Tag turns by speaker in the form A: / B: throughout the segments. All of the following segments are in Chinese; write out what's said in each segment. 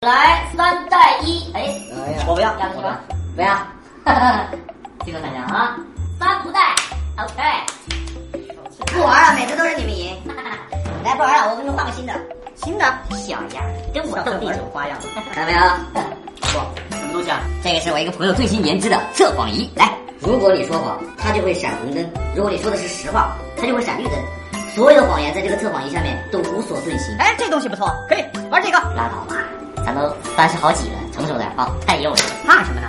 A: 来，三带一，哎，
B: 哎呀
C: 我不要
A: 要什么？
C: 不要，
A: 哈哈，
C: 记住大家
A: 好，
C: 啊！
A: 三不带，OK，
C: 不玩了，每次都是你们赢。
A: 哈哈
C: 来，不玩了，我给你们换个新的。
A: 新的小样儿，跟我斗地主花样。
C: 看到没有？
B: 什么东西啊？
C: 这个是我一个朋友最新研制的测谎仪。来，如果你说谎，它就会闪红灯；如果你说的是实话，它就会闪绿灯。所有的谎言在这个测谎仪下面都无所遁形。
D: 哎，这东西不错，可以玩这个。
C: 拉倒吧，咱都三十好几了，成熟点啊、太幼稚了。
D: 怕什么呢？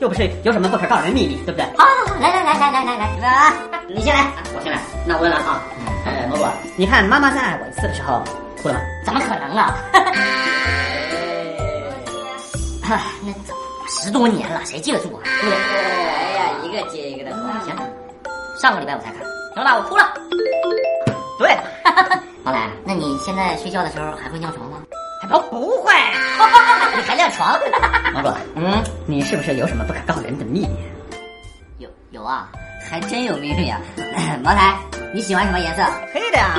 D: 又不是有什么不可告人的秘密，对不对？
C: 好，好好来来来来来来来，来啊，你先来，我先来。那我来啊。
B: 嗯
C: 哎，蘑菇，
D: 你看妈妈再爱我一次的时候，哭了吗？
C: 怎么可能 啊？哎那早十多年了，谁记得住啊？
B: 哎呀，一个接一个的
D: 嗯
C: 啊行，上个礼拜我才看，行了，我哭了。
D: 对，
C: 王楠，那你现在睡觉的时候还会尿床吗？
D: 我不会。
C: 你还尿床？
D: 蘑菇，
C: 嗯，
D: 你是不是有什么不可告人的秘密？
C: 有有啊，还真有秘密啊。茅台，你喜欢什么颜色？
D: 黑的呀。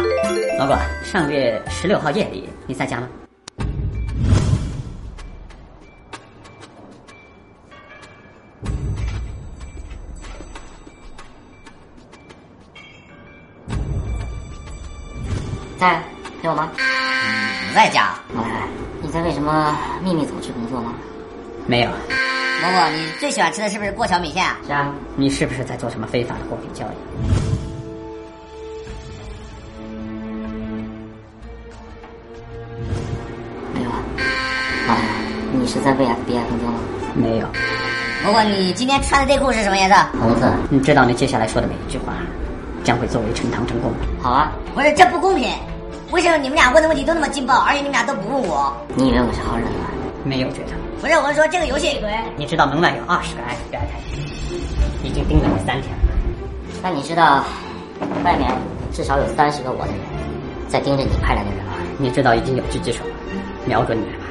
D: 蘑菇，啊上个月十六号夜里你在家吗？
C: 在，陪我吗？
D: 不在家。
C: 茅台，你在为什么秘密组织工作吗？
D: 没有。啊
C: 蘑菇，你最喜欢吃的是不是过桥米线啊？
D: 是啊。你是不是在做什么非法的货品交易？
C: 没有啊。茅台，你是在为 FBI 工作吗？
D: 没有。
C: 蘑菇，你今天穿的内裤是什么颜色？红色。
D: 你知道你接下来说的每一句话，将会作为呈堂证供。
C: 好啊。
E: 不是，这不公平！为什么你们俩问的问题都那么劲爆，而且你们俩都不问我？
C: 你以为我是好人吗？
D: 没有觉得。
E: 不是，我是说这个游戏，
D: 你知道门外有二十个 FBI 探员，已经盯了你三天了。
C: 那你知道，外面至少有三十个我的人在盯着你派来的人吗？啊
D: 你知道已经有狙击手了，瞄准你了吧？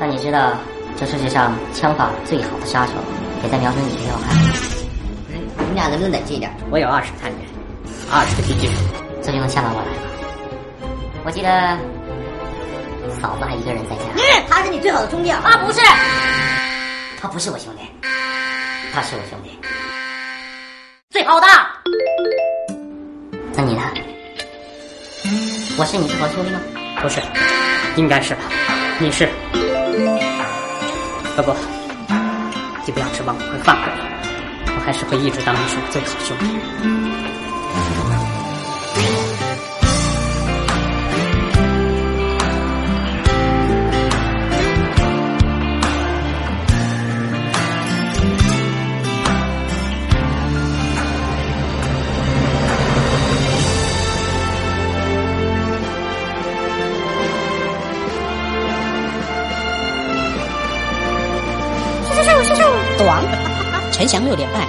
C: 那你知道这世界上枪法最好的杀手也在瞄准你的要害，
E: 不是你们俩能不能冷静一点？
D: 我有二十探员，二十个狙击手。
C: 这就能吓到我来吗？我记得嫂子还一个人在家，
E: 他是你最好的兄弟啊！
A: 啊，不是，
C: 他不是我兄弟，他是我兄弟。
A: 最好的，
C: 那你呢？我是你最好兄弟吗？
D: 不是，应该是吧？你是？不不，你不要指望我会放过你，我还是会一直当你是我最好的兄弟。
C: 短，陈翔六点半，